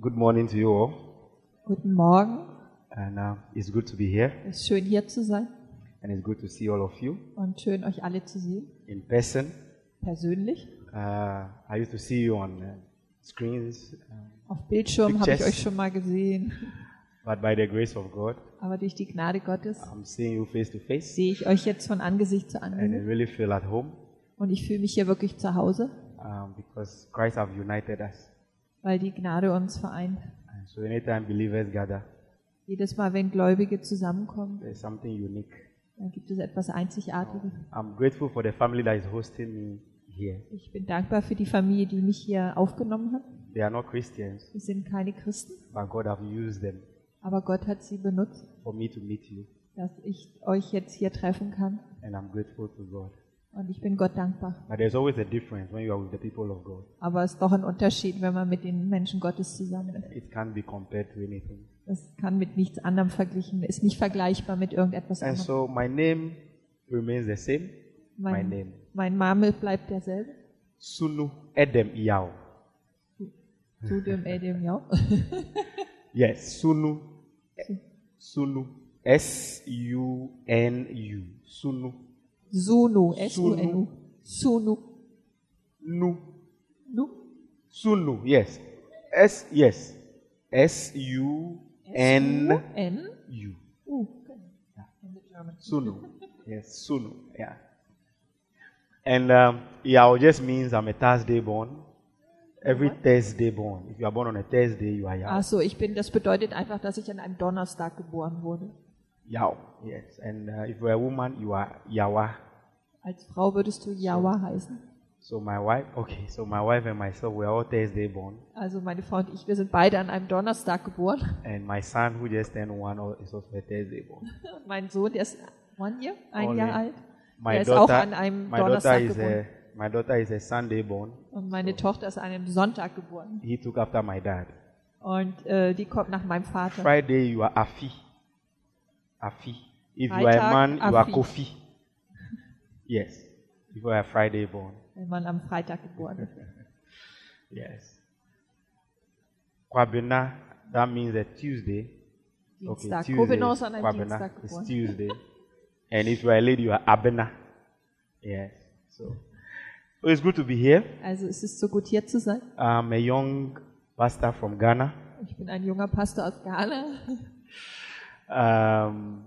Good morning to you all, Guten Morgen, and uh, it's good to be here, es ist schön hier zu sein and it's good to see all of you und schön euch alle zu sehen, in person. persönlich. Uh, I used to see you on uh, screens, um, Auf Bildschirm habe ich Pictures. euch schon mal gesehen, but by the grace of God, aber durch die Gnade Gottes I'm seeing you face to face, sehe ich euch jetzt von Angesicht zu and I Angesicht really feel at home und ich fühle mich hier wirklich zu Hause, um, because Christ have united us. weil die Gnade uns vereint. And so anytime believers gather, Jedes Mal, wenn Gläubige zusammenkommen, there's something unique. dann gibt es etwas Einzigartiges. I'm grateful for the family that is hosting me here. Ich bin dankbar für die Familie, die mich hier aufgenommen hat. They are not Christians, Wir sind keine Christen, but God have used them aber Gott hat sie benutzt, for me to meet you, dass ich euch jetzt hier treffen kann. and I'm grateful to God. Und ich bin Gott dankbar. But there's always a difference when you are with the people of God. Aber es ist doch ein Unterschied, wenn man mit den Menschen Gottes zusammen ist. It can't be compared to anything. Das kann mit nichts anderem verglichen, ist nicht vergleichbar mit irgendetwas And anderem. so my name remains the same. My name. Mein, mein Name bleibt derselbe. Sunu Edem Yao. Zu dem Edem, ja. Yes, Sunu. Sunu. S U N U. Sunu. Sunu, S-U-N-U. Sunu. Nu. Nu. Sunu. Yes. S. Yes. S U N N. U. U. In the German. Sunu. Yes. Sunu. Yeah. And um, Yao just means I'm a Thursday born. Every Thursday born. If you are born on a Thursday, you are Yao. Ach so, ich bin, das bedeutet einfach, dass ich an einem Donnerstag geboren wurde. Yao. Yes. And uh, if you're a woman, you are Yawa. Als Frau würdest du Jawa heißen. So my wife, okay, so my wife and myself, we're all Thursday born. Also meine Frau und ich, wir sind beide an einem Donnerstag geboren. And my son, who just turned one, al- is also a Thursday born. Und mein Sohn, der ist one year, ein Only Jahr alt. My Der ist auch an my einem daughter Donnerstag is a, geboren. my daughter is a Sunday born. Und meine Tochter ist an einem Sonntag geboren. He took after my dad. Und äh, die kommt nach meinem Vater. Friday, you are Afi. Afi. If you are a Freitag, man, you are Afi. Kofi. Yes. If you are a Friday born. Wenn man am Freitag geboren ist. Yes. Kwabena, that means a Tuesday. Dienstag. Tuesday, Kobeno ist an einem Kwabena Dienstag is geboren. Tuesday. and if you are a lady, you are Abena. Yes. So so it's good to be here. Also es ist so gut hier zu sein. I'm a young pastor from Ghana. Ich bin ein junger Pastor aus Ghana. Um,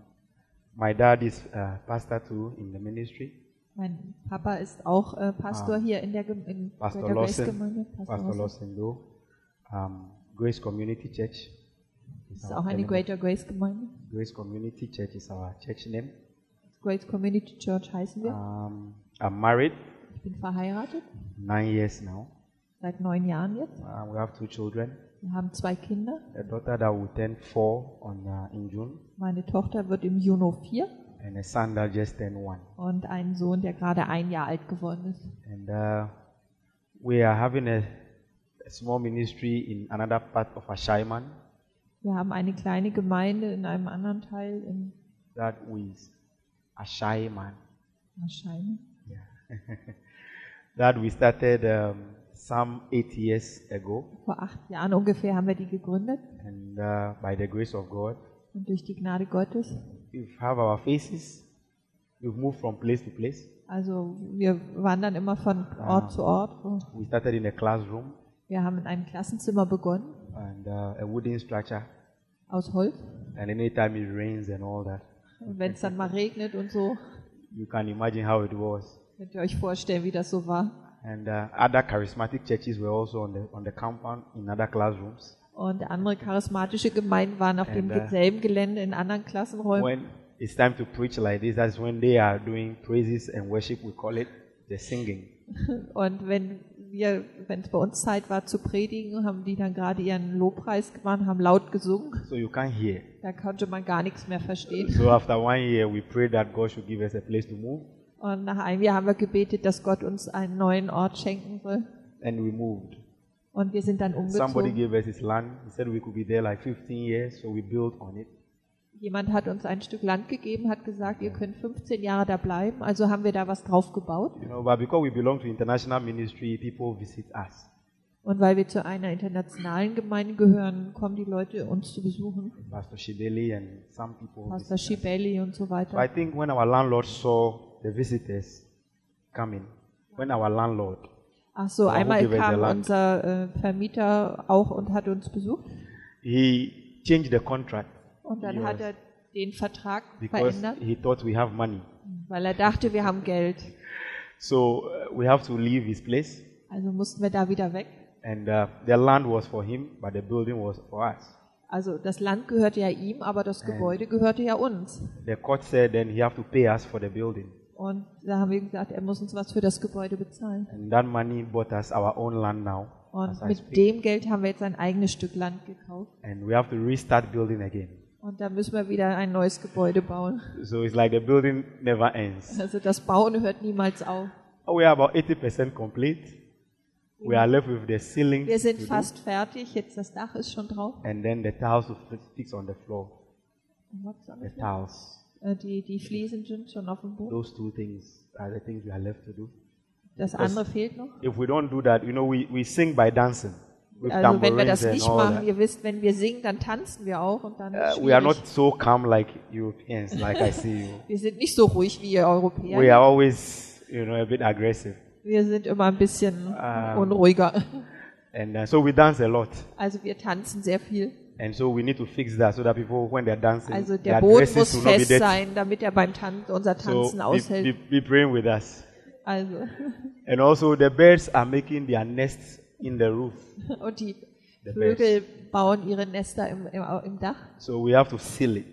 my dad is a pastor too in the ministry. Mein Papa ist auch äh, Pastor Ah. hier in der, Gem- in Pastor der Lawson. Gemeinde. Pastor Lawson Lowe. Um, Grace Community Church. is Das ist our auch eine element. Greater Grace Gemeinde. Grace Community Church is our church name. Grace Community Church heißen wir. Um, I'm married Ich bin verheiratet nine years now. seit neun Jahren jetzt. Uh, we have two children. Wir haben zwei Kinder. A daughter that will turn four on uh, in June, Meine Tochter wird im Juni vier and a son that just turned one. und einen Sohn, der gerade ein Jahr alt geworden ist. And uh, we are having a, a small ministry in another part of Ashaiman Wir haben eine kleine Gemeinde in einem anderen Teil in that is Ashaiman Mascheine. that we started um, some eight years ago, Vor acht Jahren ungefähr haben wir die gegründet and uh, by the grace of God, und durch die Gnade Gottes. we have our faces. We've moved from place to place. Also wir wandern immer von Ort zu Ort. We started in a classroom Wir haben in einem Klassenzimmer begonnen, and uh, a wooden structure, aus Holz. and anytime it rains and all that, Und wenn es dann mal regnet und so, you can imagine how it was. könnt ihr euch vorstellen, wie das so war. And uh, other charismatic churches were also on the on the compound in other classrooms. Und andere charismatische Gemeinden waren auf dem And, äh, selben Gelände in anderen Klassenräumen. When it's time to preach like this, that's when they are doing praises and worship. We call it the singing. Und wenn wir, wenn es bei uns Zeit war zu predigen, haben die dann gerade ihren Lobpreis gemacht, haben laut gesungen. So you can't hear. Da konnte man gar nichts mehr verstehen. So after one year, we prayed that God should give us a place to move, Und nach einem Jahr haben wir gebetet, dass Gott uns einen neuen Ort schenken soll. and we moved. Und wir sind dann Somebody umgezogen. gave us his land. He said we could be there like 15 years, so we built on it. Jemand hat uns ein Stück Land gegeben, hat gesagt, ihr könnt 15 Jahre da bleiben. Also haben wir da was drauf gebaut. You know, but because we belong to international ministry, people visit us. Und weil wir zu einer internationalen Gemeinde gehören, kommen die Leute uns zu besuchen. Pastor Shibeli and some people. Pastor visit us. Schibelli und so So I weiter. think when our landlord saw the visitors coming, when our landlord, Ach so, Warum einmal die Welt der kam Land? unser äh, Vermieter auch und hat uns besucht. he changed the contract Und dann Yes. hat er den Vertrag because verändert, he thought we have money. weil er dachte, wir haben Geld. So uh, we have to leave his place, Also mussten wir da wieder weg. and uh, the land was for him, but the building was for us. Also das Land gehörte ja ihm, aber Äh. das Gebäude gehörte ja uns. The court said then he have to pay us for the building, Und da haben wir gesagt, er muss uns was für das Gebäude bezahlen. and that money bought us our own land now. Und as I mit speak. dem Geld haben wir jetzt ein eigenes Stück Land gekauft. and we have to restart building again. Und da müssen wir wieder ein neues Gebäude bauen. So it's like the building never ends. Also das Bauen hört niemals auf. We are about 80% complete. We are left with the ceiling Wir sind to do, fast fertig, jetzt das Dach ist schon drauf. and then the tiles to fi- fix on the floor. The tiles. Äh, Die, die Fliesen sind schon auf dem Boden. Those two things are the things we are left to do. Das andere fehlt noch. If we don't do that, you know, we, we sing by dancing with Also wenn wir tambourines das and nicht all machen, that. ihr wisst, wenn wir singen, dann tanzen wir auch und dann ist Uh, we are schwierig. not so calm like Europeans, like I see you. wir sind nicht so ruhig wie ihr Europäer. We are always, you know, a bit aggressive. Wir sind immer ein bisschen Ah. unruhiger. And uh, so we dance a lot. Also wir tanzen sehr viel. And so we need to fix that so that people, when they're dancing, Also der their Boden dresses muss will not be fest dirty. sein, damit er beim Tanzen unser So Tanzen be, be, aushält. be praying with us. Also And also the birds are making their nests in the roof. und die The Vögel bauen ihre Nester im, im, im Dach. So we have to seal it.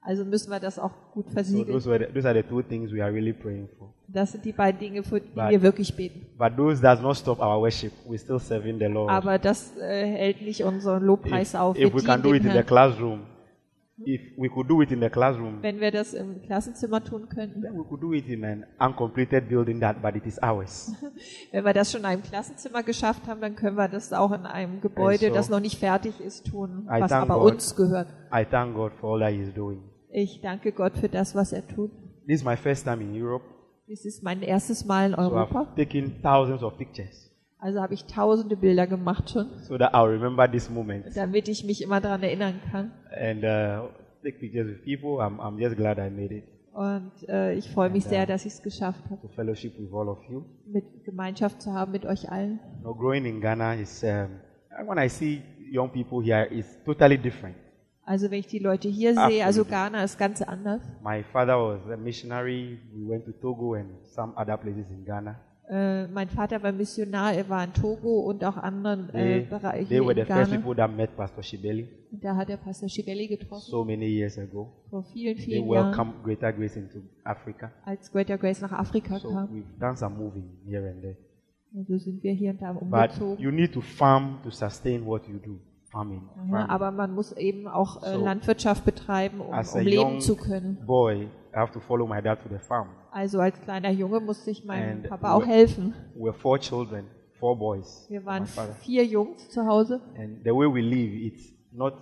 Also müssen wir das auch gut So versiegeln. those, were the, those are the two things we are really praying for. Das sind die beiden Dinge, für die But- wir wirklich beten. But those does not stop our worship. We're still serving the Lord. Aber das äh, hält nicht unseren Lobpreis if, auf. if wir we can dienen do dem it in the Herrn. classroom, if we could do it in the classroom, Wenn wir das im Klassenzimmer tun könnten, then we could do it in an uncompleted building that, but it is ours. wenn wir das schon in einem Klassenzimmer geschafft haben, dann können wir das auch in einem Gebäude, so- das noch nicht fertig ist, tun, Also, I was thank aber God. uns gehört. I thank God for all that He is doing. Ich danke Gott für das, was er tut. This is my first time in Europe, Dies ist mein erstes Mal in so Europa, I've taken thousands of pictures also habe ich tausende Bilder gemacht schon, so that I'll remember this moment. damit ich mich immer daran erinnern kann. and uh, take pictures with people. I'm, I'm just glad I made it Und äh, ich freue mich And, sehr, uh, dass ich es geschafft habe, to fellowship with all of you. mit Gemeinschaft zu haben mit euch allen. You know, growing in Ghana is um, when I see young people here, it's totally different. Also wenn ich die Leute hier Absolut. sehe, also Ghana ist ganz anders. My father was a missionary. We went to Togo and some other places in Ghana. Äh, mein Vater war Missionar, er war in Togo und auch anderen äh, They, Bereichen they were the in first Ghana. people that met Pastor Shibeli Und da hat er Pastor Schibelli getroffen so many years ago. vor vielen, They vielen Jahren, welcomed Greater Grace into Africa. als Greater Grace nach Afrika So kam. we've done some moving here and there. Also sind wir hier und da But umgezogen. you need to farm to sustain what you do. Farming. Ja, farming. aber man muss eben auch äh, So, Landwirtschaft betreiben, um, as um a leben young zu können. boy, I have to follow my dad to the farm. Also als kleiner Junge musste ich meinem And Papa auch we- helfen. We're four children, four boys. Wir my waren father. vier Jungs zu Hause And the way we live, it's not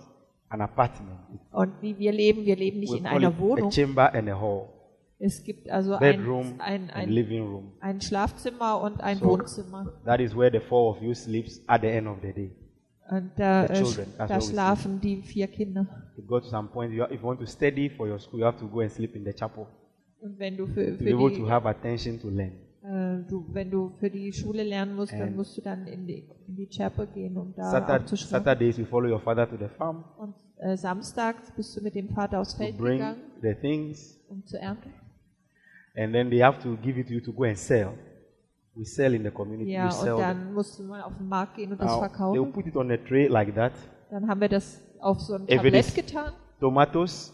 an apartment. und wie wir leben, wir leben nicht We in call einer it Wohnung. A chamber and a hall, Es gibt also bedroom ein, ein, and ein, living room. ein Schlafzimmer und ein So- Wohnzimmer. That is where the four of you sleeps at the end of the day. Und da, The äh, children, that's da what we schlafen die vier Kinder. You go to some point, you, if you want to study for your school, you have to go and sleep in the chapel Und wenn du für, to für be able to die, have attention to learn. äh, du, wenn du für die Schule lernen musst, dann And- musst du dann in die, in die Chapel gehen, um da Saturday, aufzuschreiben. Saturdays, you follow your father to the farm Und äh, samstags bist du mit dem Vater aufs to Feld bring gegangen, the things, um zu ernten. and then they have to give it to you to go and sell. We sell in the community. Ja, we sell und them. dann musst du mal auf den Markt gehen und das Now, they'll verkaufen. put it on a tray like that. Dann haben wir das auf so ein If it Tablett is- getan, Tomatoes.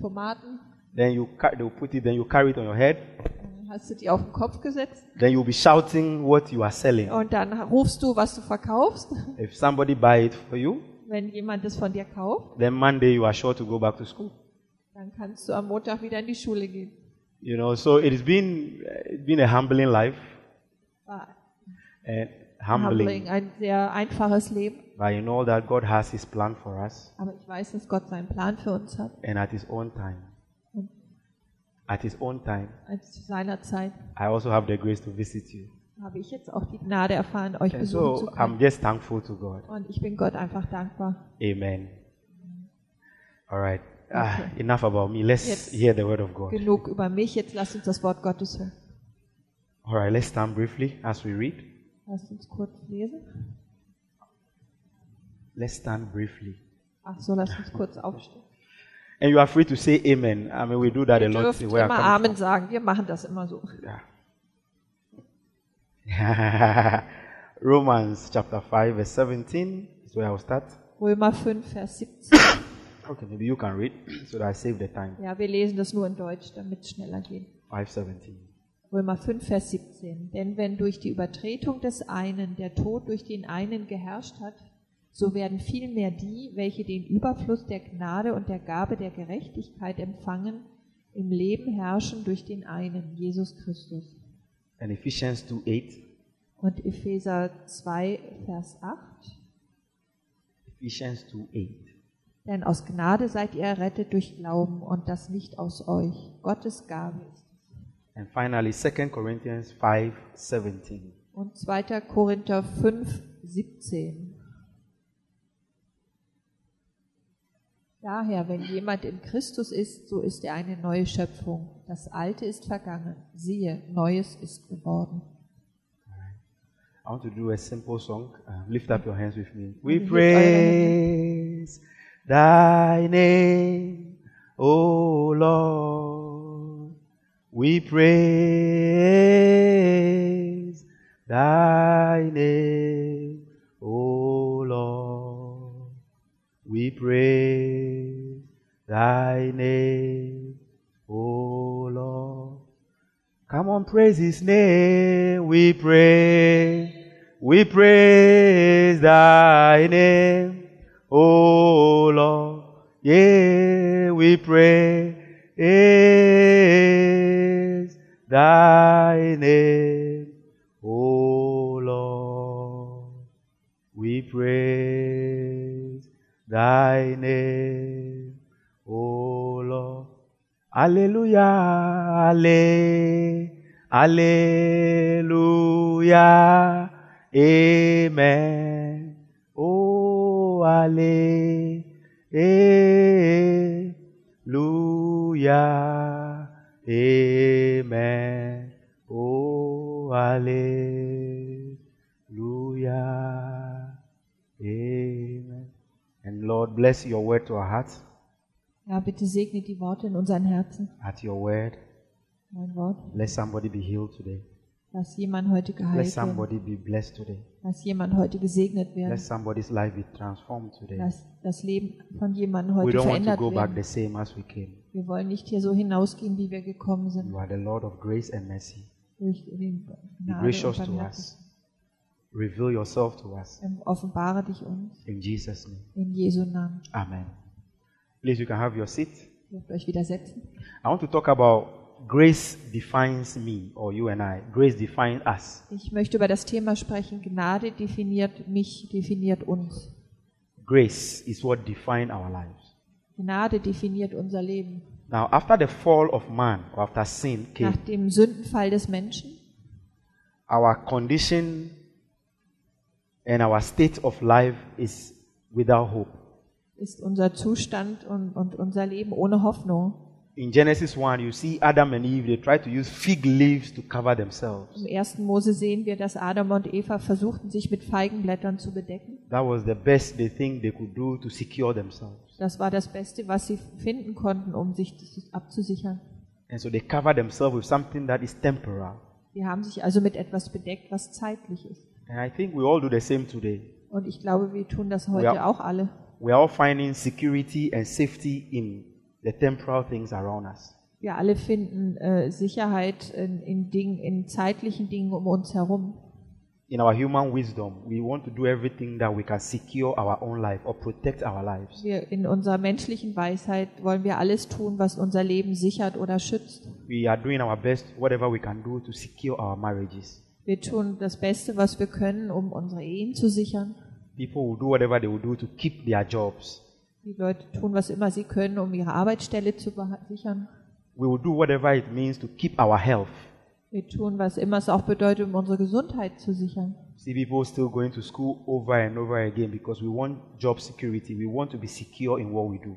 Tomaten. Then you ca- they'll put it. Then you carry it on your head. Dann äh, hast du die auf den Kopf gesetzt Then you'll be shouting what you are selling. und dann rufst du, was du verkaufst. If somebody buy it for you, Wenn jemand das von dir kauft, then Monday you are sure to go back to school. dann kannst du am Montag wieder in die Schule gehen. You know. So it's been uh, it's been a humbling life War and humbling. humbling, ein sehr einfaches Leben. But you know that God has His plan for us, Aber ich weiß, dass Gott seinen Plan für uns hat, and at His own time. Mm. At His own time, als zu seiner Zeit. I also have the grace to visit you. habe ich jetzt auch die Gnade erfahren, euch And besuchen zu so ähm, I'm können. just thankful to God. Und ich bin Gott einfach dankbar. Amen. All right. Ah, enough about me. Let's Yes. hear the word of God. Genug über mich, jetzt lasst uns das Wort Gottes hören. All right, let's stand briefly as we read. Lasst uns kurz lesen. Let's stand briefly. Ach so, lasst uns kurz aufstehen. And you are free to say amen. I mean, we do that a Ihr lot dürft where I'm immer coming Amen sagen, wir machen das immer so. Yeah. Romans chapter 5, verse 17 is where I'll start. Römer 5, Vers 17. Okay, maybe you can read so that I save the time. Ja, wir lesen das nur in Deutsch, damit es schneller geht. 517. Römer 5, Vers 17. Denn wenn durch die Übertretung des einen der Tod durch den einen geherrscht hat, so werden vielmehr die, welche den Überfluss der Gnade und der Gabe der Gerechtigkeit empfangen, im Leben herrschen durch den einen, Jesus Christus. And Ephesians 2 8. Und Epheser 2, Vers 8. Ephesians 2 8. Denn aus Gnade seid ihr errettet durch Glauben und das nicht aus euch. Gottes Gabe ist. es. And finally, 2 Corinthians 5 17. Und 2. Korinther 5, 17. Daher, wenn jemand in Christus ist, so ist er eine neue Schöpfung. Das Alte ist vergangen. Siehe, Neues ist geworden. I want to do a simple song. Uh, lift up your hands with me. We lift eure praise thy name, O Lord. We praise thy name, O Lord. We praise thy name, O Lord. Come on, praise his name. We pray. We praise thy name. O Lord. Yeah, we praise thy name. O Lord. We praise thy name. O Lord. Alleluia, alle, Alleluia, Amen. Oh, alle, Alleluia, Amen. Oh, Alleluia, Amen. And Lord, bless your word to our hearts, Ja, bitte segne die Worte in unseren Herzen. at your word. Mein Wort. Let somebody be healed today. Dass jemand heute Let geheilt wird. somebody be blessed today. Dass jemand heute gesegnet Let wird. somebody's life be transformed today. Dass das Leben von jemandem We heute don't want to verändert go back the wird. same as we came. Wir wollen nicht hier so hinausgehen, wie wir gekommen sind. You are the Lord of grace and mercy. durch den Be Gnade und gracious to Barmherzigkeit. us. Reveal yourself to us. Ähm, Offenbare dich uns In Jesus' name. in Jesu Namen. Amen. Please, you can have your seat. Ihr dürft euch wieder setzen. I want to talk about grace defines me or you and I. Grace defines us. Ich möchte über das Thema sprechen. Gnade definiert mich, definiert uns. Grace is what defines our lives. Gnade definiert unser Leben. Now, after the fall of man or after sin Nach came, dem Sündenfall des Menschen our condition and our state of life is without hope. ist unser Zustand und, und unser Leben ohne Hoffnung. In Genesis 1, you see Adam and Eve, they try to use fig leaves to cover themselves. Im ersten Mose sehen wir, dass Adam und Eva versuchten, sich mit Feigenblättern zu bedecken. That was the best they think they could do to secure themselves. Das war das Beste, was sie finden konnten, um sich abzusichern. And so they cover themselves with something that is temporal. Sie haben sich also mit etwas bedeckt, was zeitlich ist. And I think we all do the same today. Und ich glaube, wir tun das heute Ja. auch alle. We are all finding security and safety in the temporal things around us. Wir alle finden äh, Sicherheit in, in, Dingen, in zeitlichen Dingen um uns herum. In our human wisdom, we want to do everything that we can secure our own life or protect our lives. Wir in unserer menschlichen Weisheit wollen wir alles tun, was unser Leben sichert oder schützt. We are doing our best, whatever we can do, to secure our marriages. Wir tun das Beste, was wir können, um unsere Ehen zu sichern. People will do whatever they will do to keep their jobs. Die Leute tun, was immer sie können, um ihre Arbeitsstelle zu beha- sichern. We will do whatever it means to keep our health. Wir tun, was immer es auch bedeutet, um unsere Gesundheit zu sichern. See people still going to school over and over again because we want job security. We want to be secure in what we do.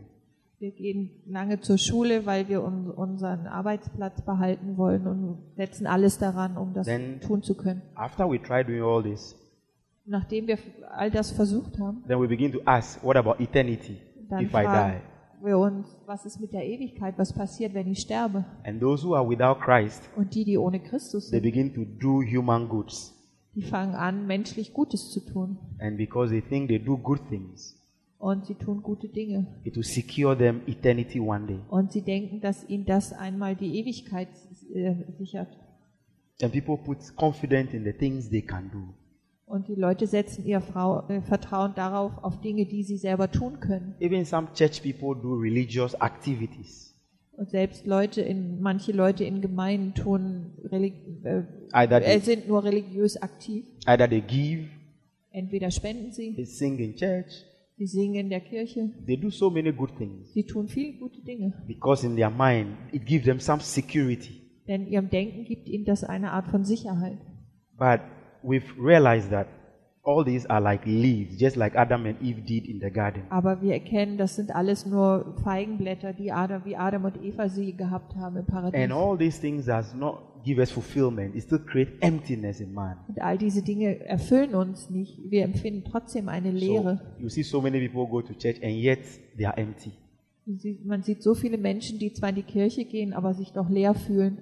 Wir gehen lange zur Schule, weil wir un unseren Arbeitsplatz behalten wollen und setzen alles daran, um das Then- tun zu können. After we try doing all this, Nachdem wir all das versucht haben, then we begin to ask, what about eternity dann if I die? fragen wir uns, was ist mit der Ewigkeit, was passiert, wenn ich sterbe? And those who are without Christ, Und die, die ohne Christus they sind, begin to do human goods. die fangen an, menschlich Gutes zu tun. And because they think they do good things, Und sie tun gute Dinge. it will secure them eternity one day. Und sie denken, dass ihnen das einmal die Ewigkeit äh, sichert. And people put confidence in the things they can do. Und die Leute setzen ihr Frau, äh, Vertrauen darauf, auf Dinge, die sie selber tun können. Even some church people do religious activities, Und selbst Leute in, manche Leute in Gemeinden tun, relig, äh, Either they, äh, sind nur religiös aktiv. either they give, Entweder spenden sie, they sing in church, sie singen in der Kirche, they do so many good things. sie tun viele gute Dinge. Because in their mind, it gives them some security. Denn ihrem Denken gibt ihnen das eine Art von Sicherheit. But we've realized that all these are like leaves, just like Adam and Eve did in the garden. Aber wir erkennen, das sind alles nur Feigenblätter, die Adam, wie Adam und Eva sie gehabt haben im Paradies. And all these things does not give us fulfillment. It still creates emptiness in man. Und all diese Dinge erfüllen uns nicht. Wir empfinden trotzdem eine So, Leere. you see so many people go to church and yet they are empty. Man sieht- Man sieht so viele Menschen, die zwar in die Kirche gehen, aber sich doch leer fühlen.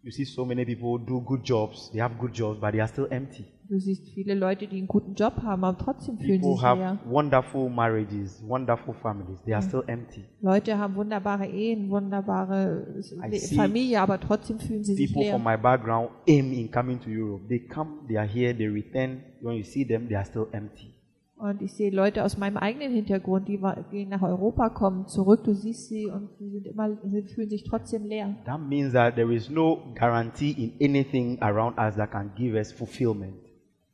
You see so many people do good jobs. They have good jobs, but they are still empty. Du siehst viele Leute, die einen guten Job haben, aber trotzdem fühlen sie People sich leer. have wonderful marriages, wonderful families. They are still empty. Leute haben wunderbare Ehen, wunderbare äh, I see Familie, aber trotzdem fühlen sie sich People leer. from my background aim in coming to Europe. They come, they are here, they return. When you see them, they are still empty. Und ich sehe Leute aus meinem eigenen Hintergrund, die wa- gehen nach Europa, kommen zurück, du siehst sie und sie sind immer, sie fühlen sich trotzdem leer. That means that there is no guarantee in anything around us that can give us fulfillment.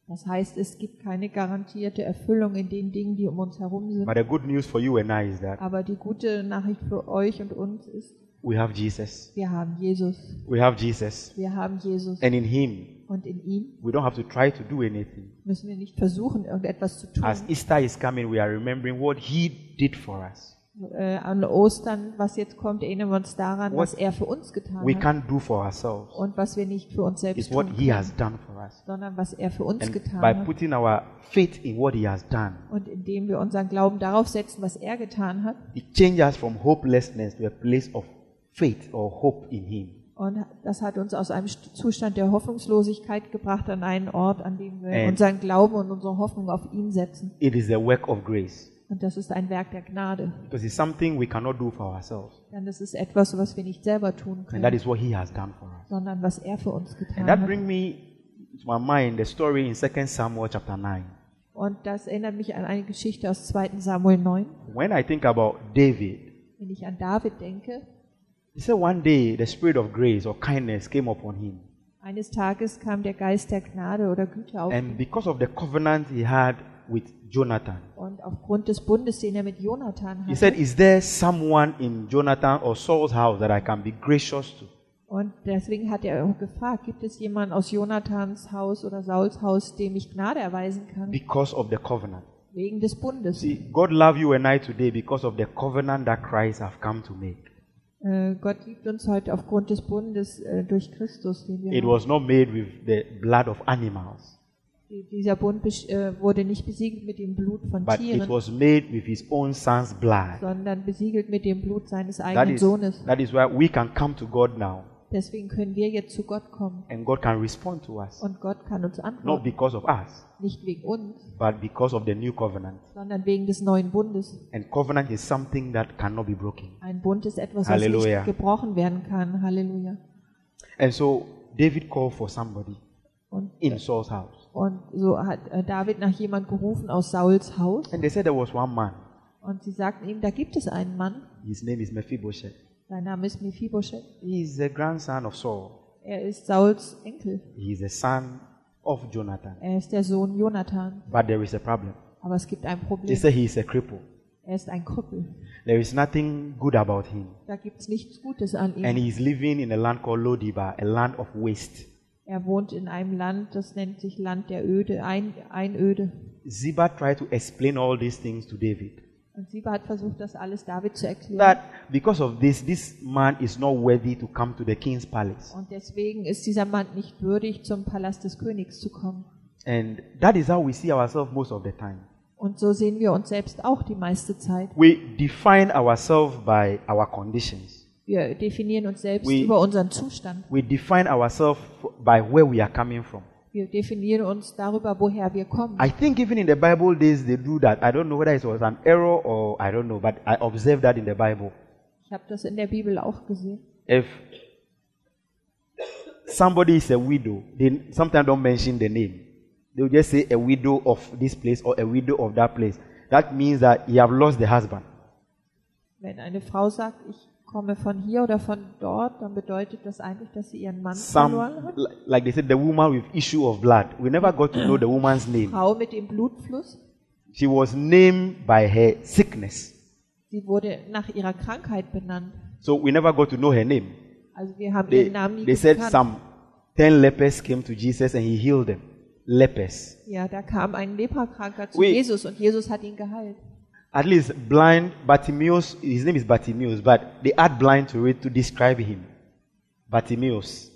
Das heißt, es gibt keine garantierte Erfüllung in den Dingen, die um uns herum sind. But the good news for you and I is that Aber die gute Nachricht für euch und uns ist, we have Jesus. wir haben Jesus. We have Jesus. Wir haben Jesus And in Him, und in ihm we don't have to try to do anything. müssen wir nicht versuchen, irgendetwas zu As tun. Easter is coming, we are remembering what He did for us. Äh, an Ostern, was jetzt kommt, erinnern wir uns daran, What was er für uns getan We hat can't do for ourselves. und was wir nicht für It's uns selbst what tun He has können, done for us. sondern was er für uns And getan by hat. putting our faith in what He has done, Und indem wir unseren Glauben darauf setzen, was er getan hat It changes us from hopelessness to a place of faith or hope in Him. und das hat uns aus einem St- Zustand der Hoffnungslosigkeit gebracht an einen Ort, an dem wir And- unseren Glauben und unsere Hoffnung auf ihn setzen. It is a work of grace Und das ist ein Werk der Gnade. because it's something we cannot do for ourselves. Denn das ist etwas, was wir nicht selber tun And that können, is what He has done for us. sondern was er für uns getan And that hat. brings me to my mind the story in 2 Samuel chapter 9. Und das erinnert mich an eine Geschichte aus 2. Samuel 9. When I think about David, Wenn ich an David denke, he said one day the spirit of grace or kindness came upon him. eines Tages kam der Geist der Gnade oder Güte auf And because of the covenant he had with Jonathan, und aufgrund des Bundes, den er mit Jonathan he hatte. said, Is there someone in Jonathan or Saul's house that I can be gracious to? und deswegen hat er auch gefragt, gibt es jemanden aus Jonathans Haus oder Sauls Haus, dem ich Gnade erweisen kann, Because of the covenant. wegen des Bundes. See, God love you and I today because of the covenant that Christ have come to make. Äh, Gott liebt uns heute aufgrund des Bundes äh, durch Christus, den wir It haben. was not made with the blood of animals, Die- Dieser Bund besch- äh, wurde nicht besiegelt mit dem Blut von but it Tieren, was made with his own son's blood. sondern besiegelt mit dem Blut seines That eigenen is, Sohnes. that is why we can come to God now Deswegen können wir jetzt zu Gott kommen and God can respond to us. und Gott kann uns Not antworten, because of us, nicht wegen uns, but because of the new covenant. sondern wegen des neuen Bundes. And covenant is something that cannot be broken. Ein Bund ist etwas, Halleluja. was nicht gebrochen werden kann. Halleluja. And so David called for somebody Und, in Saul's house. und so hat äh, David nach jemand gerufen aus Sauls Haus And they said there was one man. und sie sagten ihm, da gibt es einen Mann, His name is Mephibosheth. sein Name ist Mephibosheth. He is the grandson of Saul. Er ist Sauls Enkel. He is the son of Jonathan. Er ist der Sohn Jonathan. But there is a problem. Aber es gibt ein They Problem. say he is a cripple. Er ist ein Krüppel. There is nothing good about him. Da gibt es nichts Gutes an And ihm. he is living in a land called Lodiba, a land of waste. Er wohnt in einem Land, das nennt sich Land der Öde, ein, Einöde. Ziba tried to explain all these things to David. Und Siba hat versucht, das alles David zu Mm. erklären. That because of this, this man is not worthy to come to the king's palace. Und deswegen ist dieser Mann nicht würdig, zum Palast des Königs zu kommen. And that is how we see ourselves most of the time. Und so sehen wir uns selbst auch die meiste Zeit. We define ourselves by our conditions. Wir definieren uns selbst We- über unseren Zustand. We define ourselves by where we are coming from. Wir definieren uns darüber, woher wir kommen. I think even in the Bible days they do that. I don't know whether it was an error or I don't know, but I observed that in the Bible. Ich habe das in der Bibel auch gesehen. If somebody is a widow, they sometimes don't mention the name. They'll just say a widow of this place or a widow of that place. That means that you have lost the husband. Wenn eine Frau sagt, ich komme von hier oder von dort, dann bedeutet das eigentlich, dass sie ihren Mann verloren Some, hat. li- like they said, the woman with issue of blood. We never got to know the woman's name. Frau mit dem Blutfluss, She was named by her sickness. sie wurde nach ihrer Krankheit benannt. So we never got to know her name. Also wir haben They, ihren Namen nie they said gekannt. some 10 lepers came to Jesus and he healed them. Lepers. Ja, da kam ein Leprakranker zu We- Jesus und Jesus hat ihn geheilt. At least blind Bartimaeus, his name is Bartimaeus, but they add blind to it to describe him. Bartimaeus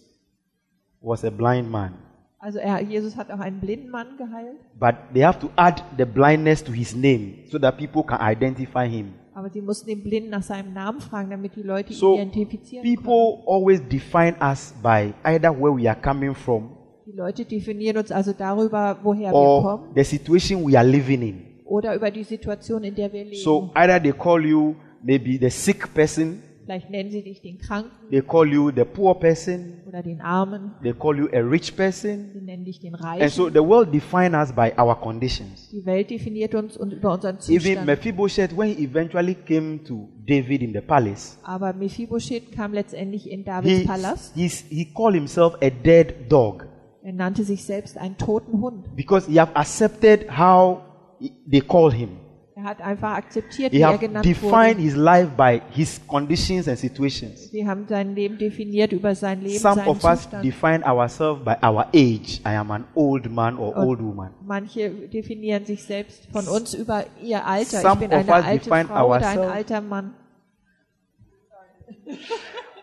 was a blind man, Also er, Jesus hat auch einen blinden Mann geheilt, but they have to add the blindness to his name so that people can identify him. aber sie mussten den Blinden nach seinem Namen fragen, damit die Leute ihn So identifizieren konnten. people always define us by either where we are coming from Die Leute definieren uns also darüber, woher wir or kommen the situation we are living in. oder über die Situation, in der wir leben. So either they call you maybe the sick person, Vielleicht nennen sie dich den Kranken they call you the poor person, oder den Armen, they call you a rich person. sie nennen dich den And Reichen. so the world defines us by our conditions. Die Welt definiert uns und über unseren Even Zustand. Mephibosheth, when he eventually came to David in the palace, Aber Mephibosheth kam letztendlich in Davids he, Palast. he's- he called himself a dead dog Er nannte sich selbst einen toten Hund. because he have accepted how he- they call him. Er hat einfach akzeptiert, He wie er have genannt defined wurde. his life by his conditions and situations. Sie haben sein Leben definiert über sein Leben, Some seinen of us Zustand. define ourselves by our age. I am an old man or Und- old woman. Manche definieren sich selbst von uns über ihr Alter. Ich Some bin of eine us alte define Frau oder ein ourselves- alter Mann.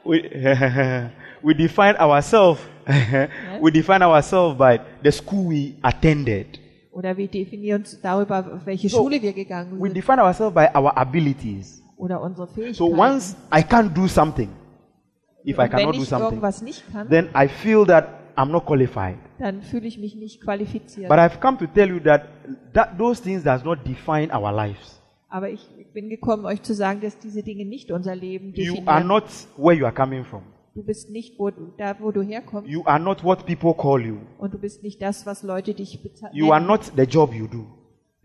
We, we define ourselves. we define ourselves by the school we attended. Oder wir definieren uns darüber, auf welche So, Schule wir gegangen We sind define ourselves by our abilities. oder unsere Fähigkeiten. So once I can't do something, if I Und wenn cannot do ich something, irgendwas nicht kann, then I feel that I'm not qualified. dann fühle ich mich nicht qualifiziert. But I've come to tell you that, that those things does not define our lives. Aber ich bin gekommen, euch zu sagen, dass diese Dinge nicht unser Leben You are definieren. not where you are coming from. Du bist nicht wo, da, wo du herkommst You are not what people call you. und du bist nicht das, was Leute dich You are bezahlen. not the job you do.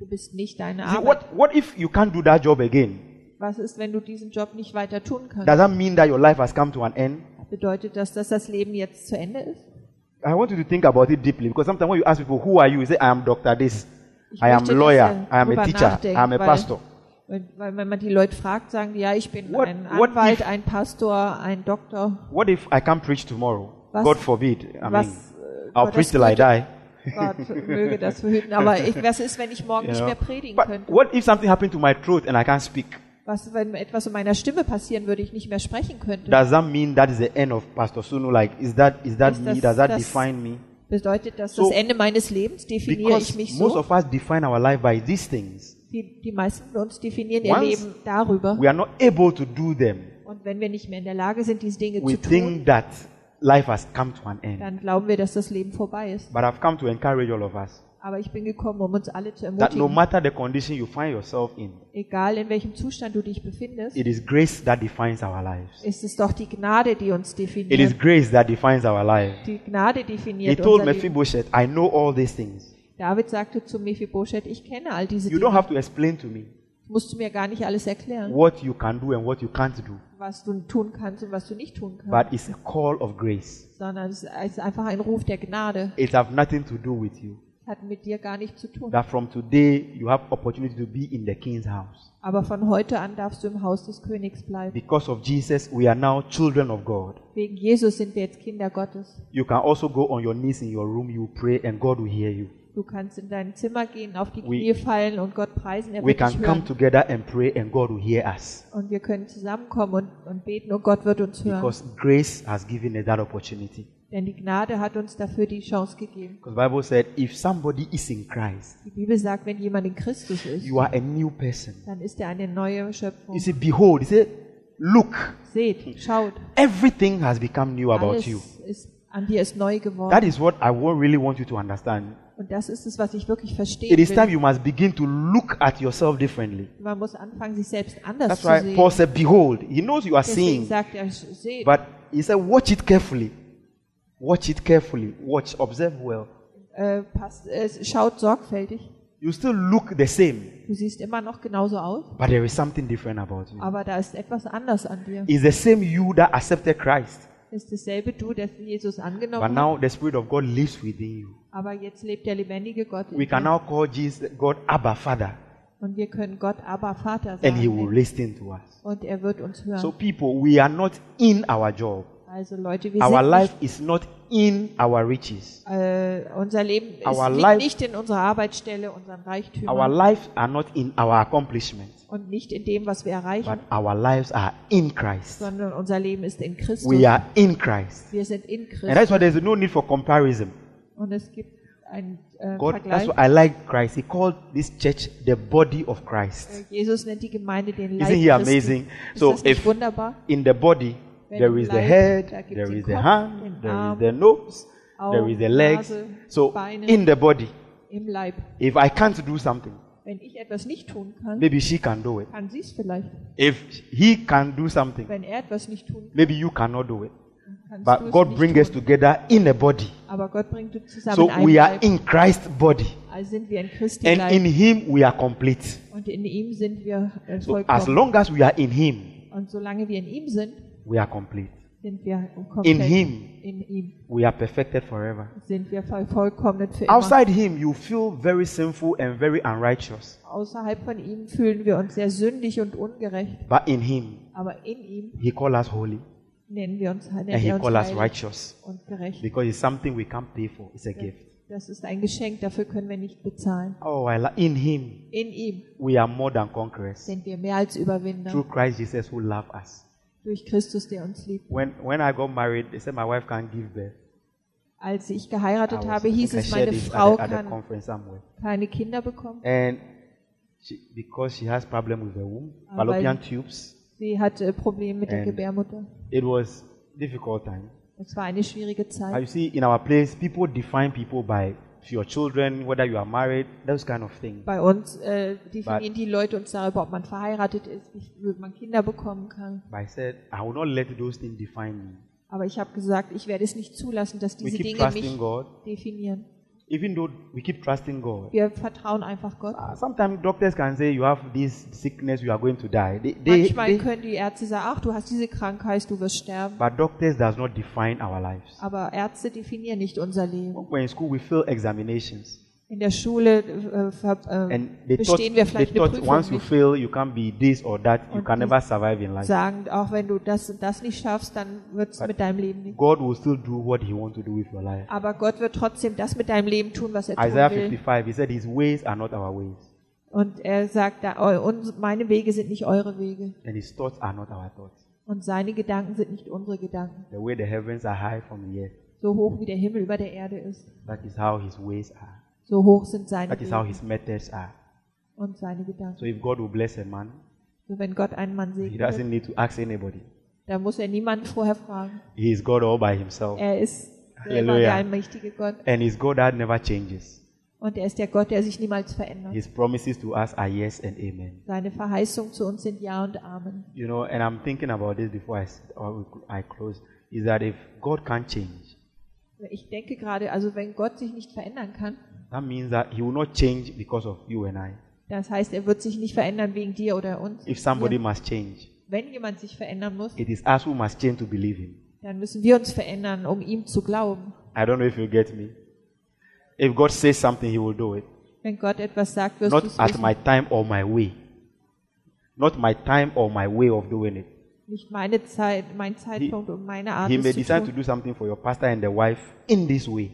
Du bist nicht deine See, Arbeit. what, what if you can't do that job again? Was ist, wenn du diesen Job nicht weiter tun kannst? Does that mean that your life has come to an end? Bedeutet das, dass das Leben jetzt zu Ende ist? I want you to think about it deeply because sometimes when you ask people, who are you? You say, I am doctor this, Ich I am möchte, dass lawyer, ihr I am a drüber teacher, I nachdenkt, am a weil- pastor. Weil, weil wenn man die Leute fragt, sagen die, ja, ich bin What- ein what Anwalt, if- ein Pastor, ein Doktor. What if I can't preach tomorrow? Was- God forbid. I mean, was, äh, I'll Gottes preach till I Güte. die. Gott möge das verhüten. Aber ich, was ist, wenn ich morgen you nicht know. mehr predigen But könnte? what if something happened to my throat and I can't speak? Was, wenn etwas in meiner Stimme passieren würde, ich nicht mehr sprechen könnte? Does that mean that is the end of Pastor Sunu? Like, is that is that Ist me? das- Does that das- define me? Bedeutet das, So- das Ende meines Lebens definiere Because ich mich most so? of us define our life by these things. Die, die meisten von uns definieren ihr Once Leben darüber. We are not able to do them. Und wenn wir nicht mehr in der Lage sind, diese Dinge We zu tun, think that life has come to an end. dann glauben wir, dass das Leben vorbei ist. But I've come to encourage all of us. Aber ich bin gekommen, um uns alle zu that no ermutigen, matter the condition you find yourself in, egal in welchem Zustand du dich befindest, it is grace that defines our lives. ist es doch die Gnade, die uns It is definiert. grace that defines our life. Die Gnade He definiert told unser Leben. Mephibosheth, I know all these things. David sagte zu Mephibosheth, ich kenne all diese You don't Dinge. have to explain to me Musst du mir gar nicht alles erklären, what you can do and what you can't do. was du tun kannst und was du nicht tun kannst. But it's a call of grace. Sondern es ist einfach ein Ruf der Gnade. It have nothing to do with you. Es hat mit dir gar nichts zu tun. that from today you have opportunity to be in the king's house. Aber von heute an darfst du im Haus des Königs bleiben. Because of Jesus, we are now children of God. Wegen Jesus sind wir jetzt Kinder Gottes. You can also go on your knees in your room, you pray, and God will hear you. Du kannst in dein Zimmer gehen, auf die We- Knie fallen und Gott preisen. Er We wird dich can come hören. together and pray, and God will hear us. Und wir können zusammenkommen und, und beten und Gott wird uns hören. Because grace has given us that opportunity. Denn die Gnade hat uns dafür die Chance gegeben. Because Bible said, if somebody is in Christ, Die Bibel sagt, wenn jemand in Christus ist, you are a new person. dann ist er eine neue Schöpfung. You see, behold, he said, look, Seht, schaut, everything has become new about you. alles ist, an dir ist neu geworden. That is what I wa- really want you to understand. Und das ist es, was ich wirklich verstehen It is time will. you must begin to look at yourself differently. Man muss anfangen, sich selbst anders That's zu why sehen. Paul said, behold, he knows you are Deswegen seeing, sagt er, seht, but he said, watch it carefully. Watch it carefully. Watch, observe well. äh, passt, äh, schaut sorgfältig. You still look the same, Du siehst immer noch genauso aus, but there is something different about you. aber da ist etwas anders an dir. It's the same you that accepted Christ, Es ist dasselbe du, das Jesus but angenommen hat, now the Spirit of God lives within you. aber jetzt lebt der lebendige Gott in We can dir. now call Jesus God Abba Father, Und wir können Gott aber Vater and He will sagen. listen to us. Und er wird uns hören. So, people, we are not in our job. also Leute, wir Our sind life is not in our riches. nicht, äh, unser Leben ist, Our liegt life- nicht in unserer Arbeitsstelle, unseren Our Reichtümern lives are not in our accomplishments, und nicht in dem, was wir erreichen, but our lives are in Christ. sondern unser Leben ist in Christus. We are in Christ. wir sind in And Christus that's why there's no need for comparison. und es gibt einen äh, God, that's Vergleich. why I like Christ. He called this church the body of Christ. Äh, Jesus nennt die Gemeinde den Leib Isn't he Christi. amazing? Ist So, das nicht if wunderbar? in the body Wenn there im is the Leib, head, da gibt's there den is the Kopf, hand, den there is Arm, the nose, there Augen, is the legs. Nase, So, Beine. in the body, Im Leib. if I can't do something, Wenn ich etwas nicht tun kann, maybe she can do it. kann sie es vielleicht. If he can do something, Wenn er etwas nicht tun maybe you cannot do it. kann, kannst du But es God nicht brings tun. us together in a body. Aber Gott bringt uns zusammen in So einem we are Leib. in Christ's body. also sind wir in Christi And Leib in Him we are complete. und in ihm sind wir äh, So as vollkommen. long as we are in Him, und solange wir in ihm sind, we are complete. sind wir komplett In Him, in ihm we are perfected forever. sind wir vollkommen für Outside Him, you feel very sinful and very unrighteous. immer. Außerhalb von ihm fühlen wir uns sehr sündig und ungerecht, But in Him, aber in ihm He calls us holy nennen wir uns nennt and He er uns calls us heilig righteous und gerecht. because it's something we can't pay for. It's a gift. Das ist ein Geschenk, dafür können wir nicht bezahlen. Oh, I li- in Him, In ihm we are more than conquerors sind wir mehr als Überwinder through Christ Jesus who loved us. durch Christus, der uns liebt. When, when I got married, they said my wife can't give birth. Als ich I geheiratet was- habe, I hieß think I es, shared meine this at Frau the- at the kann conference somewhere. keine Kinder bekommen. And she, because she has problem with the womb, Ah, weil- fallopian tubes, Sie hatte Probleme mit der And- Gebärmutter. it was difficult time. Es war eine schwierige Ah, you Zeit. see, in our place, people define people by your children, whether you are married, those kind of things. Bei uns äh, definieren die Leute uns darüber, ob man verheiratet ist, wie viel man Kinder bekommen kann. But I said, I will not let those things define me. Aber ich habe gesagt, ich werde es nicht zulassen, dass We diese keep Dinge trusting mich God, definieren. even though we keep trusting God. Wir vertrauen einfach Gott. Ah, sometimes doctors can say you have this sickness, you are going to die. They, they, Manchmal they- können die Ärzte sagen, ach, du hast diese Krankheit, du wirst sterben. but doctors does not define our lives. Aber Ärzte definieren nicht unser Leben. When in school, we fail examinations. In der Schule äh, ver, äh, And they thought, bestehen wir they vielleicht eine thought once Prüfung you nicht. fail, you can't be this or that. You Und can die never survive in life. Sagen, auch wenn du das und das nicht schaffst, dann wird es mit deinem Leben nicht. God will still do what He wants to do with your life. Aber Gott wird trotzdem das mit deinem Leben tun, was er tun Isaiah will. 55, He said, His ways are not our ways, Und er sagt, da, eu- uns- meine Wege sind nicht eure Wege. and His thoughts are not our thoughts. Und seine Gedanken sind nicht unsere Gedanken. The way the heavens are high from the earth, So hoch wie der Himmel über der Erde ist, that is how His ways are. so hoch sind seine That is how Wege His methods are. und seine Gedanken. So if God will bless a man, So wenn Gott einen Mann He segnet, doesn't need to ask anybody. dann muss er niemanden vorher fragen. He is God all by Himself, Er ist selber Halleluja. der allmächtige Gott. and He's God that never changes. Und er ist der Gott, der sich niemals verändert. His promises to us are yes and amen. Seine Verheißungen zu uns sind Ja und Amen. You know, and I'm thinking about this before I, s- or I close, is that if God can't change, Ich denke gerade, also wenn Gott sich nicht verändern kann, That means that he will not change because of you and I. das heißt, er wird sich nicht verändern wegen dir oder uns. If somebody Ja. must change, Wenn jemand sich verändern muss, it is us who must change to believe him. dann müssen wir uns verändern, um ihm zu glauben. I don't know if you get me. If God says something, He will do it. Wenn Gott etwas sagt, wirst du Not es at wissen. my time or my way. Not my time or my way of doing it. Nicht meine Zeit, mein Zeitpunkt und meine Art He may es zu decide to tun. do something for your pastor and the wife in this way.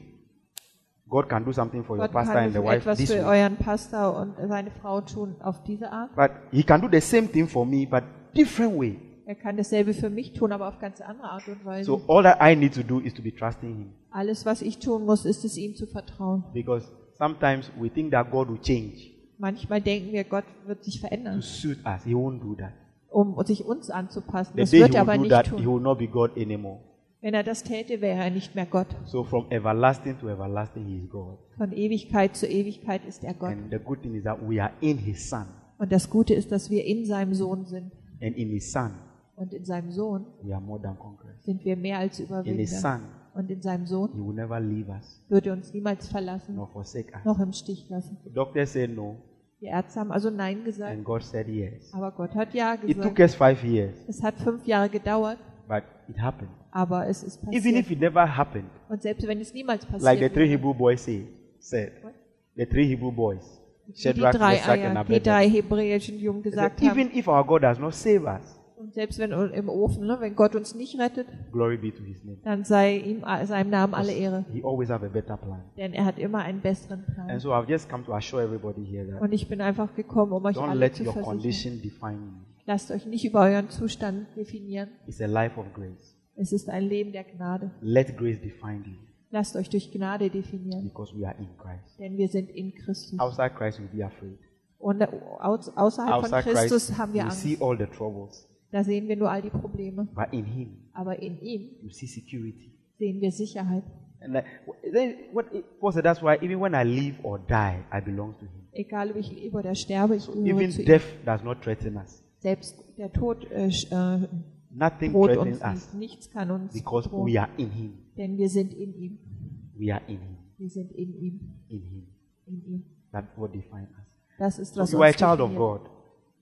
God can do something for your Gott pastor kann and the für wife etwas this für way. euren Pastor und seine Frau tun auf diese Art. But He can do the same thing for me, but different way. Er kann dasselbe für mich tun, aber auf ganz andere Art und Weise. So all that I need to do is to be trusting Him. Alles, was ich tun muss, ist es, ihm zu vertrauen. Because sometimes we think that God will change Manchmal denken wir, Gott wird sich to verändern, suit us. He won't do that. um sich uns anzupassen. The Das day wird He er aber will do nicht that, He tun. will not be God anymore. Wenn er das täte, wäre er nicht mehr Gott. So from everlasting to everlasting, He is God. Von Ewigkeit zu Ewigkeit ist er Gott. And the good thing is that we are in His Son. Und das Gute ist, dass wir in seinem Sohn sind. And in His Son, Und in seinem Sohn we are more than conquerors. sind wir mehr als In His Überwinder. Son, Und in seinem Sohn He will never leave us würde uns niemals verlassen, nor forsake us. noch im Stich lassen. The doctor said no, Die Ärzte haben also Nein gesagt, and God said yes. aber Gott hat Ja It took gesagt. us five years, Es hat fünf Jahre gedauert, but it happened. aber es ist Even if passiert. it never happened, Und selbst wenn es niemals like passiert the three wäre, Hebrew boys say, said, What? the three Hebrew boys, die Shadrach, drei Meshach, and Eier, die Abednego. drei hebräischen Jungen They said, gesagt haben, Even if our God does not save us, und selbst wenn u- im Ofen, ne, wenn Gott uns nicht rettet, glory be to His name. dann sei ihm a- seinem Namen alle Ehre, He always have a better plan. denn er hat immer einen besseren And Plan. so I've just come to assure everybody here that Und ich bin einfach gekommen, um euch Don't alle let zu your versichern. condition define you. Lasst euch nicht über euren Zustand definieren. It's a life of grace. Es ist ein Leben der Gnade. Let grace define you Lasst euch durch Gnade definieren, because we are in Christ. denn wir sind in Christus. Outside Christ, you'll be afraid. Und aus, außerhalb von Outside Christ, Christus haben wir you Angst. see all the troubles. Da sehen wir nur all die Probleme. But in Him, Aber in ihm you see security. sehen wir Sicherheit. And like, wh- then what Paul said, that's why even when I live or die, I belong to Him. Egal ob ich lebe oder sterbe, ich gehöre Even zu ihm. death does not threaten us. Selbst der Tod äh, sch- äh, Nothing droht threatens uns us nicht. Nichts kann uns because drohen, we are in Him. denn wir sind in ihm. We are in Him. Wir sind in ihm. In Him. In ihm. That's what defines us. Das ist, was you are a uns child of definiert. God.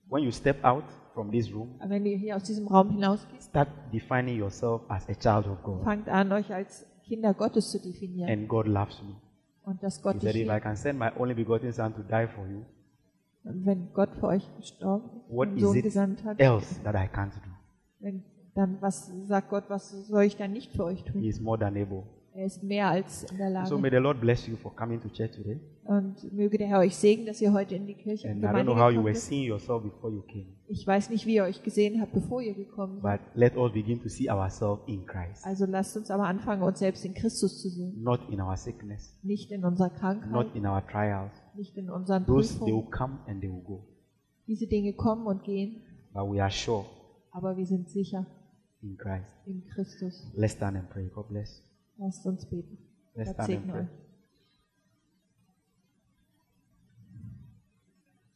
When you step out from this room, Wenn ihr hier aus diesem Raum hinausgeht, Start defining yourself as a child of God. fangt an, euch als Kinder Gottes zu definieren. And God loves me. und dass Gott He dich said, If I liebt. can send my only begotten Son to die for you, Und wenn Gott für euch gestorben what und Sohn is gesandt it hat, else that I can't do? wenn, dann was sagt Gott, was soll ich dann nicht für euch He tun? is more than able. Er ist mehr als in der Lage. So may the Lord bless you for coming to church today. Und möge der Herr euch segnen, dass ihr heute in die Kirche in And die I don't Gemeinde know how you gekommen were seid. seeing yourself before you came, Ich weiß nicht, wie ihr euch gesehen habt, bevor ihr gekommen seid. but let us begin to see ourselves in Christ, Also lasst uns aber anfangen, uns selbst in Christus zu sehen. not in our sickness, Nicht in unserer not Krankheit, in our trials. nicht in unseren Those, they will Prüfungen. come and they will go. Diese Dinge kommen und gehen, But we are sure aber wir sind sicher in Christ. in Christus. Let's stand and pray. God bless. Lasst uns beten. Let's Gott stand and segne pray. euch.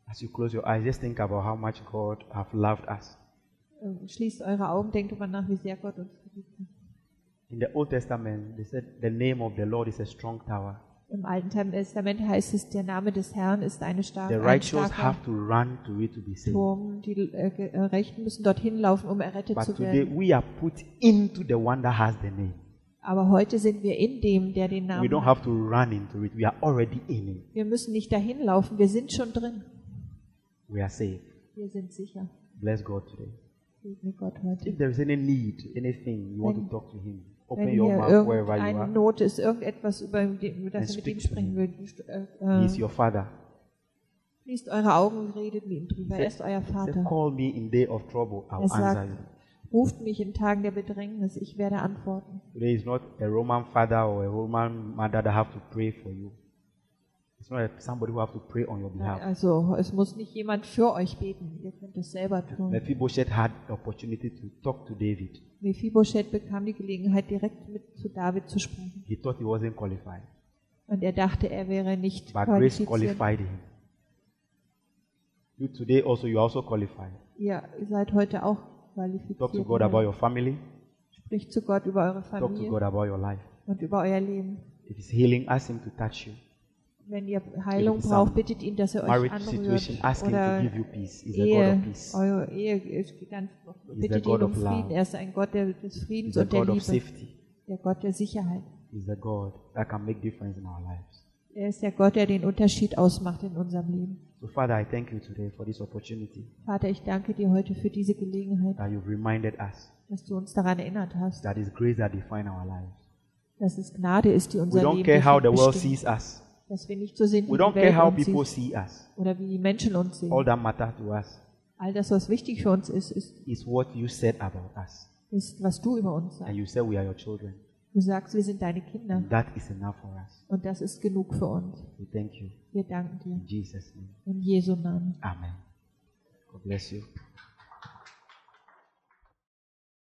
As you close your eyes, just think about how much God have loved us. Ähm, Schließt eure Augen, denkt darüber nach, wie sehr Gott uns geliebt hat. In the Old Testament, they said the name of the Lord is a strong tower. Im Alten Testament heißt es, der Name des Herrn ist eine starke The ein righteous starker have to run to it to be saved. Turm. Die äh, Ge- äh, Rechten müssen dorthin laufen, um errettet But zu today werden. we are put into the one that has the name. Aber heute sind wir in dem, der den We Namen don't hat. have to run into it. We are already in it. Wir müssen nicht dahin laufen, wir sind schon drin. We are saved. Wir sind sicher. Bless God today. Segne Gott heute. If there is any need, anything you want Wenn- to talk to Him, open Wenn your hier mouth wherever you irgendeine are. Not ist, irgendetwas, über den- über das Then ihr mit ihm speak to sprechen him. würdet, äh, He äh, is your Father. schließt eure Augen und redet mit ihm drüber. Say- Er ist euer Say, Vater. Call me in day of trouble. I Er will answer sagt, you. ruft mich in Tagen der Bedrängnis, ich werde antworten. Today is not a Roman father or a Roman mother that have to pray for you. It's not somebody who have to pray on your behalf. Also es muss nicht jemand für euch beten, ihr könnt es selber tun. Mephibosheth had the opportunity to talk to David. Mephibosheth bekam die Gelegenheit, direkt mit zu David zu sprechen. He thought he wasn't qualified, Und er dachte, er wäre nicht but grace qualifiziert. qualified him. You today also, you are also qualified. Ihr seid heute auch Talk to God about qualifiziert. your family. Spricht zu Gott über eure Talk to Familie God about your life. und über euer Leben. If it's healing, ask Him to touch you. Wenn ihr Heilung If it's braucht, some bittet ihn, dass er euch Marriage situation, anrührt. ask Him to Oder give you peace. He's a God Ehe, of peace. eure Ehe, ist ganz- the bittet God ihn of um love. Frieden. Er ist ein Gott der- des He's Friedens a und der God of Liebe, safety. der Gott der Sicherheit. He's a God that can make difference in our lives. Er- Er ist der Gott, der den Unterschied ausmacht in unserem Leben. So, Father, I thank you today for this opportunity Vater, ich danke dir heute für diese Gelegenheit, that you've reminded us dass du uns daran erinnert hast, that it's grace that defines our lives. dass es Gnade ist, die We unser don't Leben care how the world bestimmt. sees us. dass wir nicht so sind, wie We die don't care Welt how uns people sieht see us. oder wie die Menschen uns All sehen. that matters to us All das, was wichtig für uns ist, ist, is what you said about us. ist, was du über uns And sagst. you said we are your children. Du sagst, wir sind deine Kinder And that is enough for us. und das ist genug für uns. We thank you. Wir danken dir. In Jesus' name. In Jesu Namen. Amen. God bless you.